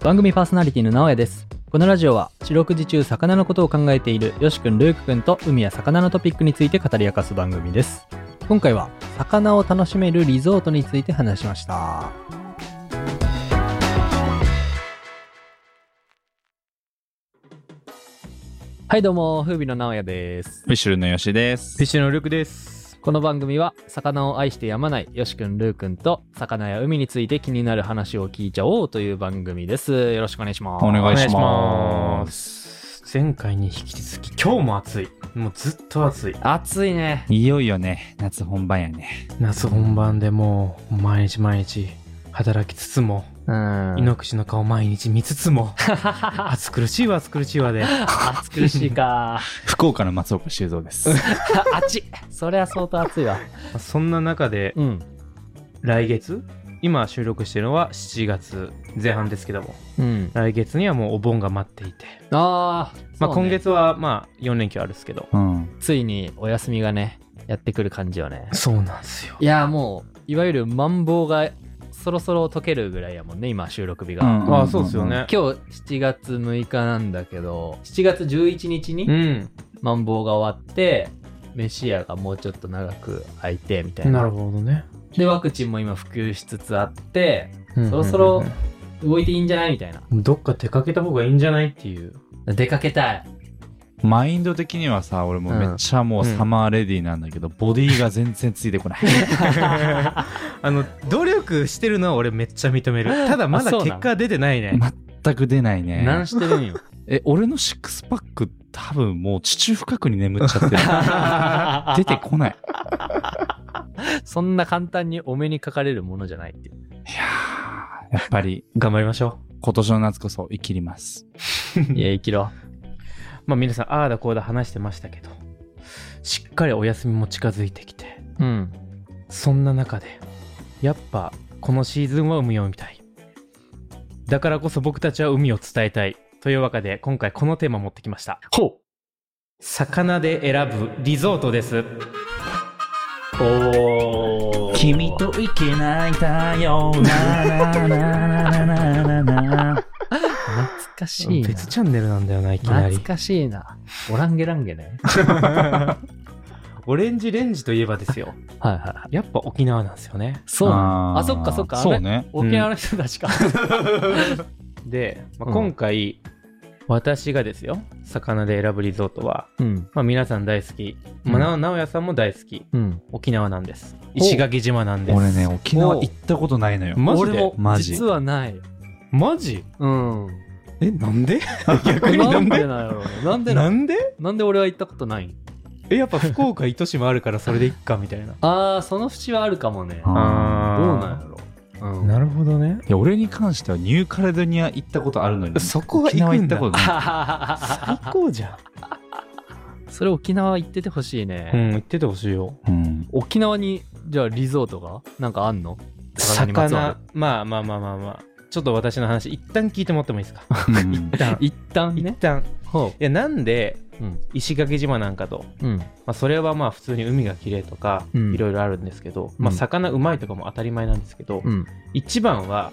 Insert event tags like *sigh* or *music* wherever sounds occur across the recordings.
番組パーソナリティの直哉ですこのラジオは四六時中魚のことを考えているよしくんルークくんと海や魚のトピックについて語り明かす番組です今回は魚を楽しめるリゾートについて話しましたはいどうも風美の直哉ですフィッシュルのよしです。フィッシュのルークです。この番組は魚を愛してやまないよしくんルーくんと魚や海について気になる話を聞いちゃおうという番組ですよろしくお願いしますお願いしお願まいします。前回に引き続き、今日も暑い。もうずっと暑い。暑いねいよいよね、夏本番やね。夏本番でもう、毎日毎日働きつつも、うんイノクシの顔毎日見つつも、暑苦しいわ、暑苦しいわで。暑苦しい *laughs* か福岡の松岡修造です。あっちそりゃ相当暑いわそんな中で、うん来月今収録してるのは7月前半ですけども、うん来月にはもうお盆が待っていて、ああ、まあそう今ね月はまあ4連休あるんですけど、うん。ついにお休みがねやってくる感じよねそうなんですよ。いやーもういわゆるマンボウがそろそろ解けるぐらいやもんね今収録日が、うんああ、そうですよね。今日7月6日なんだけど7月11日にうん。マンボウが終わって飯屋がもうちょっと長く空いてみたいななるほどね。でワクチンも今普及しつつあってそそろそろ動いていいんじゃないみたいなどっか出かけた方がいいんじゃないっていう。出かけたいマインド的にはさ、俺もめっちゃもうサマーレディーなんだけど、ボディが全然ついてこない。 *laughs* あの努力してるのは俺めっちゃ認める。ただまあだそうなの結果出てないね。全く出ないね。何してるんよえ、俺のシックスパック、多分もう地中深くに眠っちゃってる。 *laughs* 出てこない。 *laughs* そんな簡単にお目にかかれるものじゃないって *laughs* いういやー、やっぱり頑張りましょ今年の夏こそ生きります。いや生きろう。まあ皆さんああだこうだ話してましたけど、しっかりお休みも近づいてきて、うんそんな中でやっぱこのシーズンは海を見たい。だからこそ僕たちは海を伝えたい。というわけで今回このテーマ持ってきました。ほ魚で選ぶリゾートです。うおーいけないだよ。ななななななな。懐かしいな別チャンネルなんだよな、いきな懐り。かしいなオランゲランゲねオレンジレンジといえばですよ。はいはいはいやっぱ沖縄なんですよね。そうなのあーそっかそっかあそうれね。沖縄の人たちか、で、まあうん今回、私がですよ、魚で選ぶリゾートは、うんまあ、皆さん大好き、まあ、な直哉さんも大好き、うん沖縄なんです。石垣島なんです。俺ね、沖縄行ったことないのよ。マジで俺もマジ実はないマジうんえ、なんで *laughs* 逆にななんんででなんやろうねなんでななんでなんで俺は行ったことないんえ、やっぱ福岡、糸島あるからそれでいっかみたい *laughs* な。あーその節はあるかもねどあうーなんやろう、うん、なるほどね。いや俺に関してはニューカレドニア行ったことあるのにそこは沖行縄く行んっただことない最高じゃ *laughs* それ沖縄行っててほしいね、ん。うん、行っててほしいよ。うん沖縄にじゃあリゾートがなんかあんの魚にまつわる魚、まあまあまあまあまあ。ちょっと私の話、一旦聞いてもらってもいいですか *laughs* うん一旦。一旦一ね旦。ほいや、なんでううん石垣島なんかと、うんまあ、それはまあ普通に海が綺麗とかうんいろいろあるんですけど、まあ、うん魚うまいとかも当たり前なんですけど、うん一番は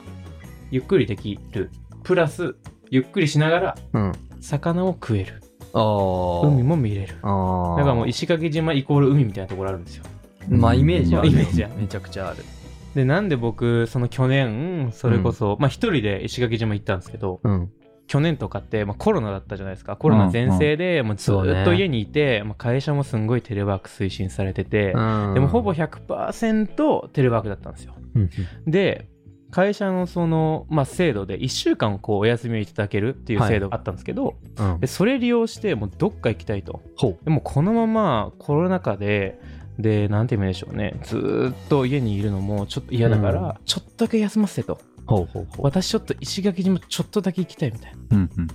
ゆっくりできるプラスゆっくりしながらうん魚を食えるあー海も見れるあだあからもう石垣島イコール海みたいなところあるんですよまあイメージはあるよまあイメージはめちゃくちゃあるでなんで僕その去年それこそ、まあ一人で石垣島行ったんですけどうん去年とかって、まあ、コロナだったじゃないですかコロナ全盛で、もうずそうっねと家にいて、まあ、会社もすんごいテレワーク推進されてて、でもほぼ100%テレワークだったんですよ。うんで会社のその、まあ、制度で1週間こうお休みをいただけるっていう制度があったんですけど、うんでそれ利用してもうどっか行きたいとほでもこのままコロナ禍ででなんて言うんでしょうねずーっと家にいるのもちょっと嫌だから、うんちょっとだけ休ませてとほうほうほ私ちょっと石垣島ちょっとだけ行きたいみたいなうんうん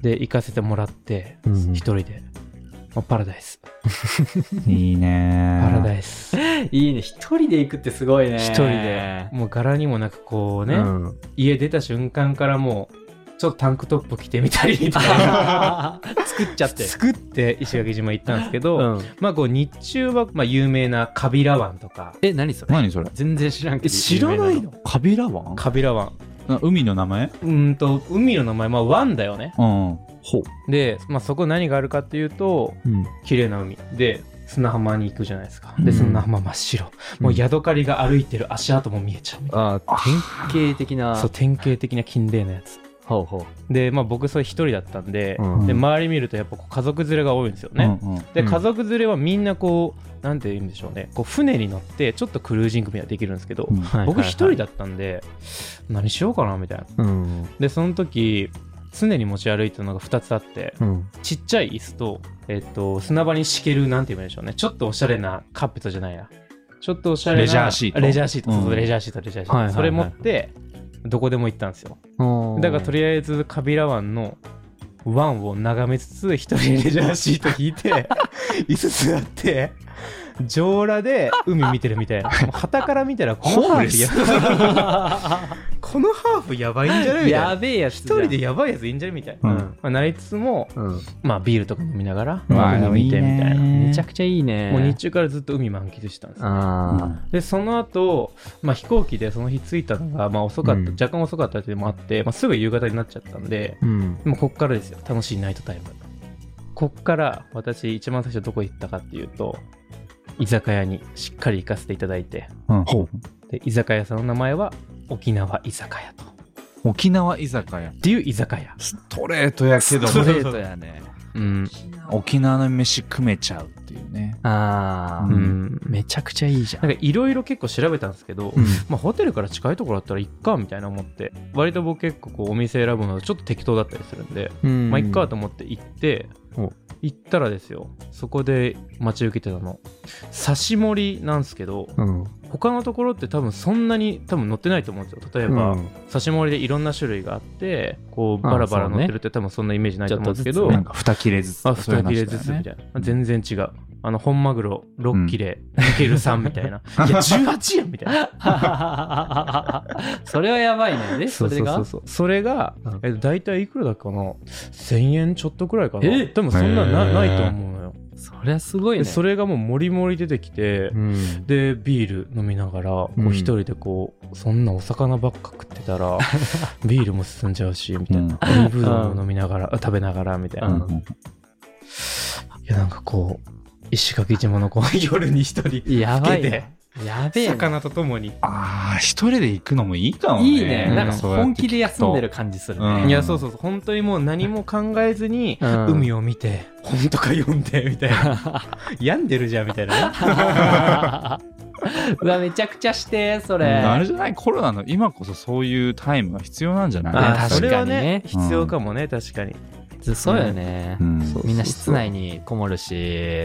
で行かせてもらってう一、んうん人で、まあ、パラダイスいいねパラダイス *laughs* いいね一人で行くってすごいね一人でもう柄にもなくこうね、うん家出た瞬間からもうちょっとタンクトップ着てみたりみたい *laughs* な作っちゃって作って石垣島行ったんですけ *laughs* ど、うんまあこう日中はまあ有名なカビラ湾とかえ何それ何それ全然知らんけどえ知らないのカビラ湾カビラ湾な海の名前うーんと海の名前まあ湾だよねうん。ほう。で、まあ、そこ何があるかっていうとうん。綺麗な海で砂浜に行くじゃないですかうでん砂浜真っ白、もうヤドカリが歩いてる足跡も見えちゃうみたいああ、典型的な。なそう典型的な金麗なやつほうほで、まあ、僕それ一人だったんで,、う。うん。でうん周り見るとやっぱこう家族連れが多いんですよね、うんうんうでん家族連れはみんなこうなんて言うんでしょうねこう船に乗ってちょっとクルージングみたいなのできるんですけど、うんはい僕一人だ。だったんで何しようかなみたいなうん。でその時常に持ち歩いてたのが2つあってうん。ちっちゃい椅子と,、えっと砂場に敷けるなんて言うんでしょうねちょっとおしゃれなカッペットじゃないやちょっとおしゃれなレジャーシートレジャーシートそうそううんレジャーシートレジャーシート、はいはいはいそれ持ってどこでも行ったんですよだからとりあえずカビラ湾の湾を眺めつつ一人レジャーシート引いて椅子座って上裸で海見てるみたいなはたから見たらこのハーフやばい *laughs* このハーフやばいんじゃないみたいなやべえやつ。一人。でやばいやついいんじゃねみたいな、うんまあ、なりつつも、うん。まあ、ビールとか飲みながら、まあ海見てみたいなめちゃちくちゃいいね。もう日中からずっと海満喫してたんですよあでその後、まあ飛行機でその日着いたのが、まあ、遅かった、うん若干遅かったっていうのもあって、まあ、すぐ夕方になっちゃったんであ。うん。もうこっからですよ楽しいナイトタイムこっから私一番最初どこ行ったかっていうと居酒屋にしっかり行かせていただいてゃ。ほで居酒屋さんの名前は沖縄居酒屋とっう。沖縄居酒屋。ていう居酒屋ストレートやけど。ストレートやね。うん、沖縄の飯組めちゃうっていうね。ああうう。ん、めちゃくちゃいいじゃん。なんかいろいろ結構調べたんですけど、うんまあ、ホテルから近いところだったらいっかみたいな思って割と僕結構こうお店選ぶのちょっと適当だったりするんで、うんまあいっかと思って行って、お行ったらですよそこで待ち受けてたの刺し盛りなんですけどうん。他のところって多分そんなに多分載ってないと思うんですよ例えば、うん刺し盛りでいろんな種類があってこうああバラバラそうね載ってるって多分そんなイメージないと思うんですけど、ちょっとずつなんか二切れずつとあ、かそういう2話だよ切れね。ずつみたいな。全然違う。あの、本マグロ6切れ、2切れ3みた *laughs* いな。いや、18やんみたいな。 *laughs* それはやばいね。で、それが。そう。それがうん、えっと、大体いくらだっけかな ?1000 円ちょっとくらいかな。えでもそんななへーないと思うのよ。そりゃすごいね。でそれがもうもりもり出てきてう、ん。で、ビール飲みながら、こうんう一人でこう、そんなお魚ばっか食ってたら、ビールも進んじゃうし、 *laughs* みたいな。オリーブ丼も飲みながら、あ食べながら、みたいな。うんいや、なんかこう、石垣島のこう、 *laughs* 夜に一人、やばいつけね。やべえな。魚とともに。ああ、一人で行くのもいいかもね。いいね。うんなんかそうやって本気で休んでる感じするうねん。いや、そうそうそう、本当にもう何も考えずに、を。海を見て、本とか読んで、みたい *laughs* な。病んでるじゃん、みたい *laughs* なね。 *laughs* うわ、めちゃくちゃして、それ。あれじゃないコロナの今こそそういうタイムが必要なんじゃないあーねそれ確かはね、にね必要かもね、確かに。ずそうよねう。んそうみんな室内にこもるし、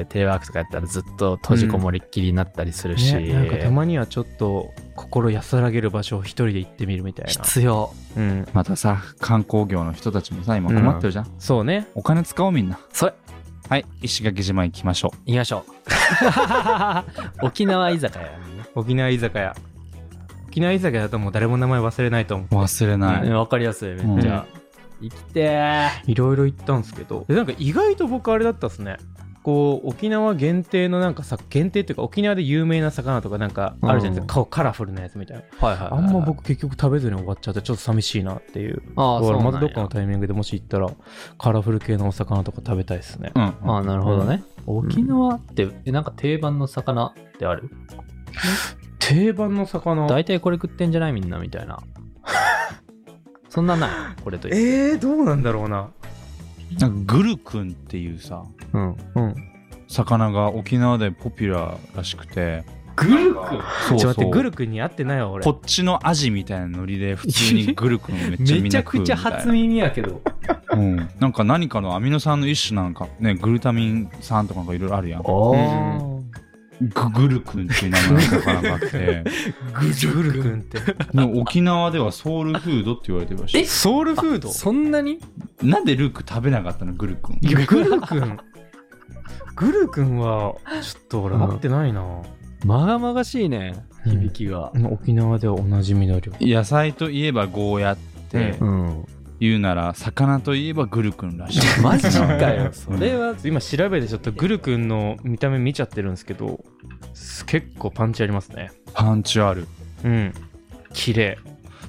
テレワークとかやったらずっと閉じこもりっきりになったりするし。ね、なんかたまにはちょっと心安らげる場所を一人で行ってみるみたいな。必要。うん、またさ観光業の人たちもさ今困ってるじゃん、そうね。お金使おうみんなそれ、はい石垣島行きましょ行きましょ *laughs* う。沖縄居酒屋やもんね。沖縄居酒屋。沖縄居酒屋だともう誰も名前忘れないと思う。う忘れない、うんわかりやすい、めっちゃ。行きてー。いろいろ行ったんですけどでなんか意外と僕あれだったっすねこう沖縄限定のなんかさ限定っていうか沖縄で有名な魚とかなんかあるじゃないですか、カラフルなやつみたいなはいはいはいあんま。僕結局食べずに終わっちゃってちょっと寂しいなっていうああ、そうなんやまたどっかのタイミングでもし行ったらカラフル系のお魚とか食べたいですねうんああ、なるほどね。沖縄って、えなんか定番の魚ってある定番の魚大体これ食ってんじゃないみんなみたいな。 *laughs* そんなないこれといえう。ー、どうなんだろうななんかグルクンっていうさうん。うん魚が沖縄でポピュラーらしくてグルクそうちそょうっと待ってグル君に会ってないわ俺こっちのアジみたいなノリで普通にグルクンめっちゃみ *laughs* めんちなゃ食うくみちたゃいな初耳やけど。うん、なんか何かのアミノ酸の一種なんかねグルタミン酸とかなんかいろいろあるやんおー。ググルクンっていう名前の魚があ *laughs* ってグル君ってでも沖縄ではソウルフードって言われてるらしいソウルフードそんなになんでルーク食べなかったのグル君いやグル君グル君はちょっと俺合ってないな、まがまがしいね。響きが。沖縄ではおなじみの料理野菜といえばゴーヤってん。言うなら魚といえばグル君らしい *laughs* マジかよ。 *laughs* それは。今調べてちょっとグル君の見た目見ちゃってるんですけどす結構パンチありますねパンチあるうん綺麗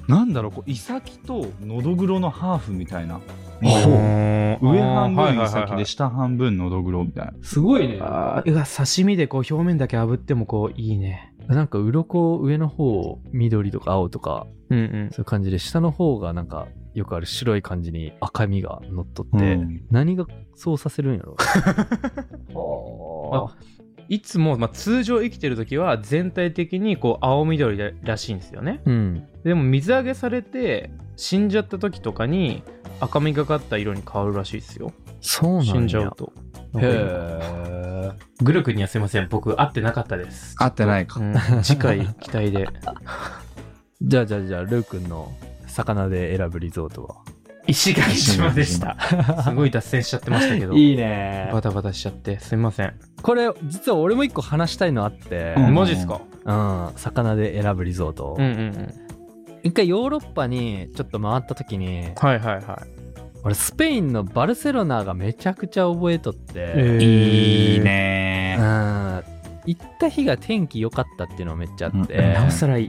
なんだろうこうイサキとノドグロのハーフみたいな上上半分イサキで下半分ノドグロみたいなすごいね。あーうわ刺身でこう表面だけ炙ってもこういいねなんか鱗上の方緑とか青とかうんうんそういう感じで下の方がなんかよくある白い感じに赤みがのっとって、うん何がそうさせるんや *laughs* ろあいつも、まあ、通常生きてる時は全体的にこう青緑ららしいんですよねうん。でも水揚げされて死んじゃった時とかに赤みがかった色に変わるらしいですよそうなんや。死んじゃうとへえグル君にはすいません僕会ってなかったです合ってないかうん次回期待でじゃあじゃあじゃあ、ルー君の魚で選ぶリゾートは。石垣島でしたすごい脱線しちゃってましたけどいねバタバタしちゃってすいません、これ、実は俺も一個話したいのあって、うんマジっすかうん、魚で選ぶリゾート。うんうんうん一回ヨーロッパにちょっと回った時に、はいはいはい俺スペインのバルセロナがめちゃくちゃ覚えとって、いいうんね行った日が天気良かったっていうのめっちゃあって、うんなおさらいい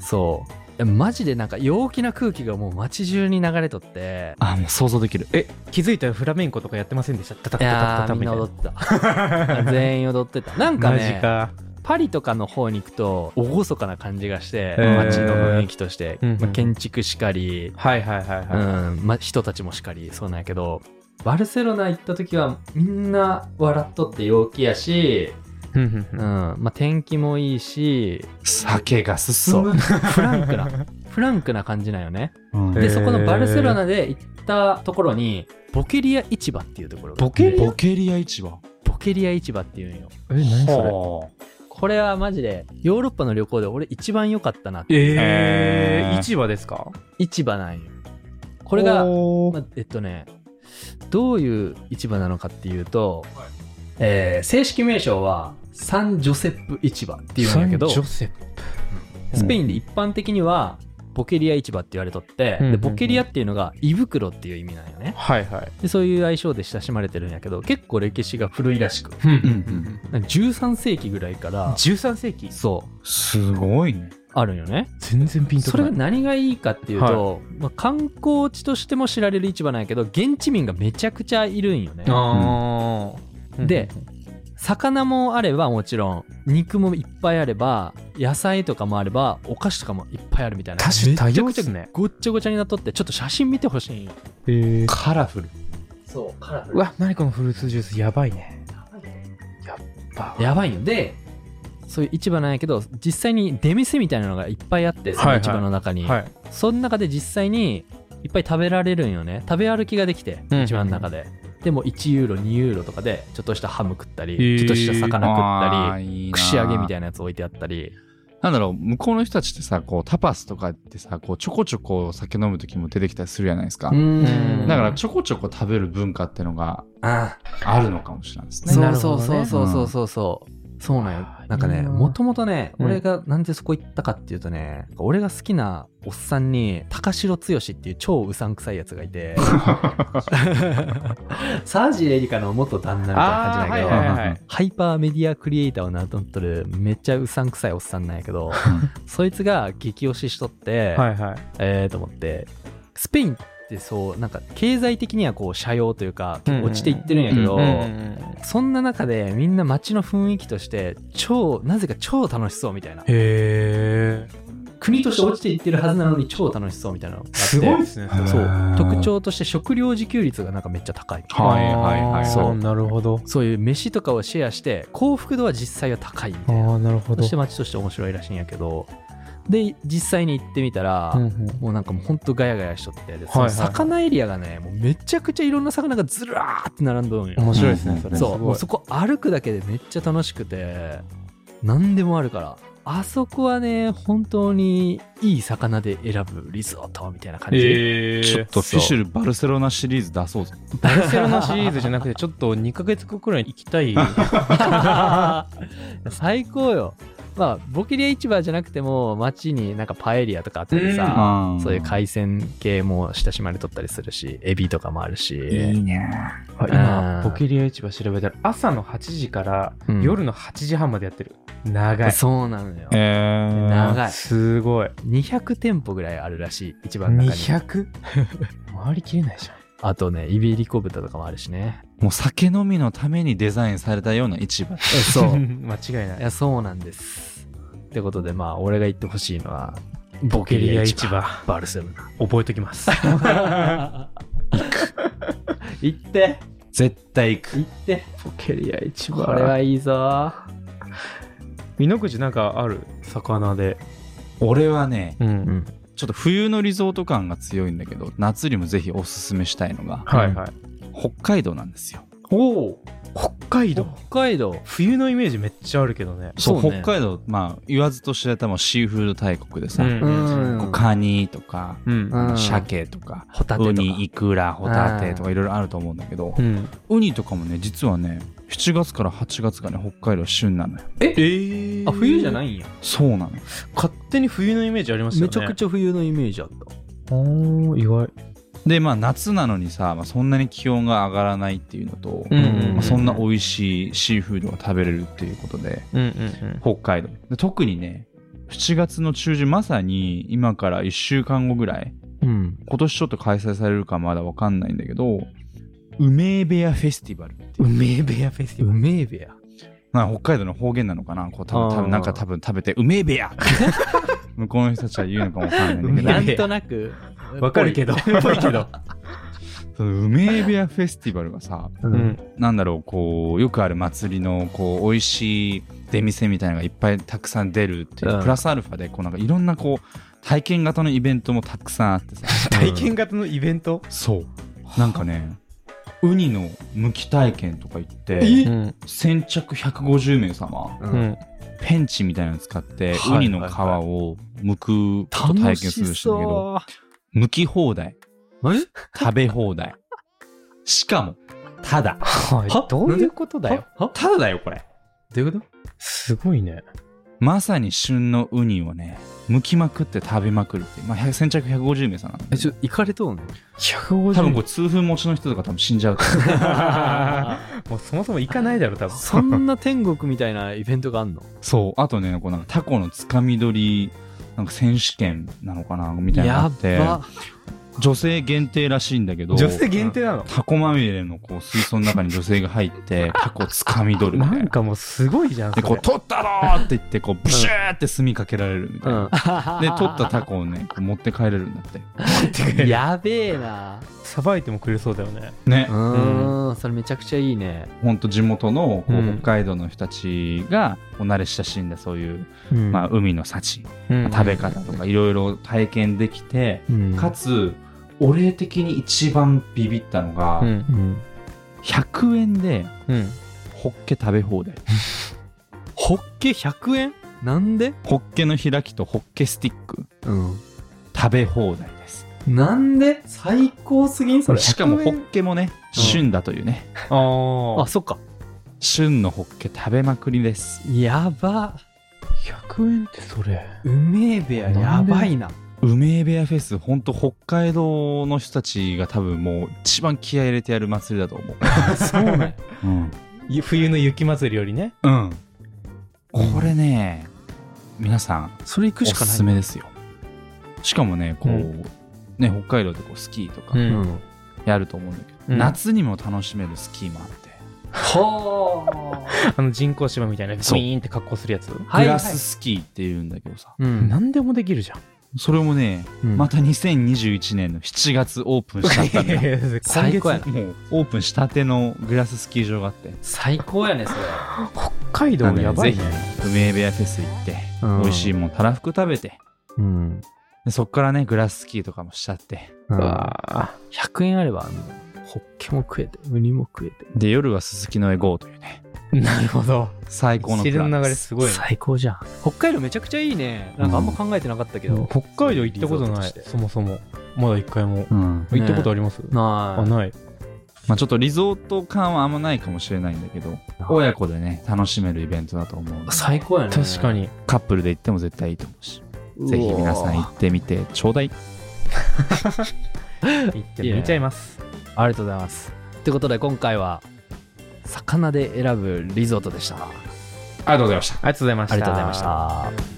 そういやマジでなんか陽気な空気がもう街中に流れとってあもう想像できるえ気づいたらフラメンコとかやってませんでしたタいタタタタやタータみんみたない踊なってた *laughs* 全員踊ってたなんかマジねかパリとかの方に行くと厳かな感じがしてへー街の雰囲気として、うんうんまあ、建築しかり、はいはいはいはい、うんまあ、人たちもしかりそうなんやけどバルセロナ行った時はみんな笑っとって陽気やし、うんうんうんうんまあ、天気もいいし酒が進そうむフランク *laughs* なフランクな感じなんよねうんへでーそこのバルセロナで行ったところにボケリア市場っていうところがあっボてケリアボケリア市場ボケリア市場っていうんよえ何それはこれはマジでヨーロッパの旅行で俺一番良かったなってえへー、ー市場ですか市場なんよこれが、おーまあえっとねどういう市場なのかっていうと、えー正式名称はサン・ジョセップ市場っていうんだけどサンジョセッスペインで一般的にはボケリア市場って言われとって、うんうんでうんボケリアっていうのが胃袋っていう意味なんよねはいはいでそういう愛称で親しまれてるんやけど結構歴史が古いらしくうんうんなんか13世紀ぐらいから13世紀そうすごいねあるんよね全然ピンそれが何がいいかっていうと、まあ、観光地としても知られる市場なんやけど現地民がめちゃくちゃいるんよねああ、で魚もあればもちろん肉もいっぱいあれば野菜とかもあればお菓子とかもいっぱいあるみたいな多種多様っめちゃすくちゃねごっちゃごちゃになっとってちょっと写真見てほしいんよえー、カラフルそうカラフうわ何このフルーツジュースやばいねバーやばいよでそういう市場なんやけど実際に出店みたいなのがいっぱいあってそはいのはい市場の中に、はいその中で実際にいっぱい食べられるんよね食べ歩きができてうん市場の中で、でも1ユーロ2ユーロとかでちょっとしたハム食ったり、へーちょっとした魚食ったりり串揚げみいたいなやつ置いてあったりななんだろう向こうの人たちってさこうタパスとかってさこうちょこちょこ酒飲む時も出てきたりするじゃないですか、んだからちょこちょこ食べる文化ってのがああるのかもしれないですねねそなうるそほうどねそうそうそうそうそうそうなんよあーなんかいねいなもともとねうん俺がなんでそこ行ったかっていうとね、俺が好きなおっさんに高城剛っていう超うさんくさいやつがい *laughs* てサージエリカの元旦那みたいな感じなんやけど、あーはいはいはいハイパーメディアクリエイターを名乗っとるめっちゃうさんくさいおっさんなんやけどそいつが激推ししとって、はいはいえーと思ってスペインってそうなんか経済的にはこう斜陽というかうんうん落ちていってるんやけど、うんうんうんそんな中でみんな街の雰囲気として超なぜか超楽しそうみたいなへえ国として落ちていってるはずなのに超楽しそうみたいなのがあってすごいですねへーそう特徴として食料自給率がなんかめっちゃ高いはいはいはいそうそうなるほどそういう飯とかをシェアして幸福度は実際は高いみあたいなあなるほそどして街として面白いらしいんやけどで実際に行ってみたら、うんうんもうなんかもうほんとガヤガヤしとってではいその魚エリアがねもうめちゃくちゃいろんな魚がずらーって並んどんよ面白いですうねんそれそうすごいもうそこ歩くだけでめっちゃ楽しくて何でもあるからあそこはね本当にいい魚で選ぶリゾートみたいな感じ、へえちょっとフィシュルバルセロナシリーズ出そうぜバルセロナシリーズじゃなくてちょっと2ヶ月後くらいに行きたい *laughs* 最高よまあ、ボキリア市場じゃなくても、街になんかパエリアとかあったりさ、あーそういう海鮮系も親しまれとったりするし、エビとかもあるし。いいね。あ今、うんボキリア市場調べたら、朝の8時からうん夜の8時半までやってる。長い。そうなのよ。えー、長い。すごい。 200店舗ぐらいあるらしい、市場の中に。 200? 回りきれないじゃん。あとね、イベリコ豚とかもあるしね。もう酒飲みのためにデザインされたような市場。そう。間違いないい。や、そうなんです。ってことで、まあ、俺が言ってほしいのは、ボケリア市場、バルセロナ。覚えときます。行って、絶対行く。行って。ボケリア市これはいいぞ。美濃口なんかある魚で。俺はね、うん。ん。ちょっと冬のリゾート感が強いんだけど、夏にもぜひおすすめしたいのが、はいはい。北海道なんですよ。おお北海北道。海道。冬のイメージめっちゃあるけどね。そうそうね北海道、まあ、言わずと知られたもうシーフード大国でさ、うんこうカニとか、うんうん鮭とか、ホタテとウか。ニ、イクラ、ホタテとかいろいろあると思うんだけど、うん。ウニとかもね、実はね、7月から8月がね、北海道は旬なのよ。ええあ、冬じゃないんや。そうなの。勝手に冬のイメージありましためよちね。ゃくちゃ冬のイメージあった。ゃ。おー、意外。で、まあ、夏なのにさ、まあ、そんなに気温が上がらないっていうのと、うんうんうんまあ、そんな美味しいシーフードが食べれるっていうことで、うんうんうん。北海道。で特にね、7月の中旬、まさに今から1週間後ぐらい、うん。今年ちょっと開催されるかまだわかんないんだけど、梅部屋フェスティバルっていううめえ部屋フェスティバうル。めえべや。まあ北海道の方言なのかなこう多あ分ー多分なんか多分食べて「うめえべ *laughs* や!」向こうの人たちは言うのかもわかんないんだけうめえなどんとなく。わかるけど。ぽいけど。そのうめえべやフェスティバルがさう。うんん。なんだろうこうよくある祭りのこう美味しい出店みたいなのがいっぱいたくさん出るっていう、うんプラスアルファでこうなんかいろんなこう体験型のイベントもたくさんあってさ体験型のイベントそうなんかねウニの剥き体験とか行ってうん。先着150名様う。うんん。ペンチみたいなの使って、はいウニの皮を剥くこと体楽験すしるしだけど、そう。剥き放題、え食べ放 *laughs* 題。しかも、ただ。はどういうことだよ。はただだよ、これ。どういうこすごいね。まさに旬のウニをね、剥きまくって食べまくるっていう。まあ、100先着150名さんなんだとえ、ちょ、行かれとんね。 150多分これ痛風持ちの人とか多分死んじゃうと思う *laughs* もうそもそも行かないだろ、多分。そんな天国みたいなイベントがあんのそう。あとね、こうなんかタコのつかみ取り、なんか選手権なのかな *laughs* みたいなのがあやっ、ってば。女性限定らしいんだけど、女性限定なのタコまみれのこう水槽の中に女性が入って、タコつかみ取るみたないんな。かもうすごいじゃん。で、そこう、れ取ったろーって言って、こう、ブシューって炭かけられるみたいな。うで、取ったタコをね、こう持って帰れるんだって。 *laughs* やべえな。さばいてもくれそうだよね。ねう、ーん、それめちゃくちゃいいね。ほんと地元のこううん北海道の人たちが、お慣れ親しんだそういう、うんまあ、海の幸、食べ方とか、いろいろ体験できて、うんかつ、俺的に一番ビビったのがう、ん。うん100円で、うん。ホッケ食べ放題。ホッケ100円なんでホッケの開きとホッケスティック、うん。食べ放題です。なんで最高すぎんそれ。しかも100円ホッケもねうん旬だというね、あーあ、そっか。旬のホッケ食べまくりですやば。 100円ってそれ。うめえべや、やばいな。梅部屋フェスほんと北海道の人たちが多分もう一番気合い入れてやる祭りだと思うそうね。うん、ゆ冬の雪祭りよりね。うん、これね皆さんそれ行おくしかすない。すめですよしかもねこう、うね北海道でこうスキーとうかんん。やると思うんだけど、うん夏にも楽しめるスキーもあってはあの人工芝みたいな、ビそうーンって格好するやつ。あ。グラススキーっていうんだけどさ、うん。何でもできるじゃ *laughs* ん。それもねうんまた2021年の7月オープンしちゃったん *laughs* だよ最高やなもうオープンしたてのグラススキー場があって最高やね、それ。北海道やばいねなん。梅部屋フェス行って、うん美味しいもんたらふく食べてうん。でそっからねグラススキーとかもしちゃってう100わー円あれば、もうホッケも食えて、ウニも食えて。で夜は鈴木の江 GO というねなるほど。最高のプ知ラるン流でれすすごいね。最高じゃん。北海道めちゃくちゃいいね。なんかあんま考えてなかったけど。北海道行ったことない、そういうリゾートとしてそもそも。まだ一回も。うんね行ったことありますなあ、い。ない。まあ、ちょっとリゾート感はあんまないかもしれないんだけど親子でね楽しめるイベントだと思うので最高やね確かにカップルで行っても絶対いいと思うしぜひ皆さん行ってみてちょうだい行ってみちゃいますありがとうございますということで今回は魚で選ぶリゾートでしたありがとうございましたありがとうございましたありがとうございました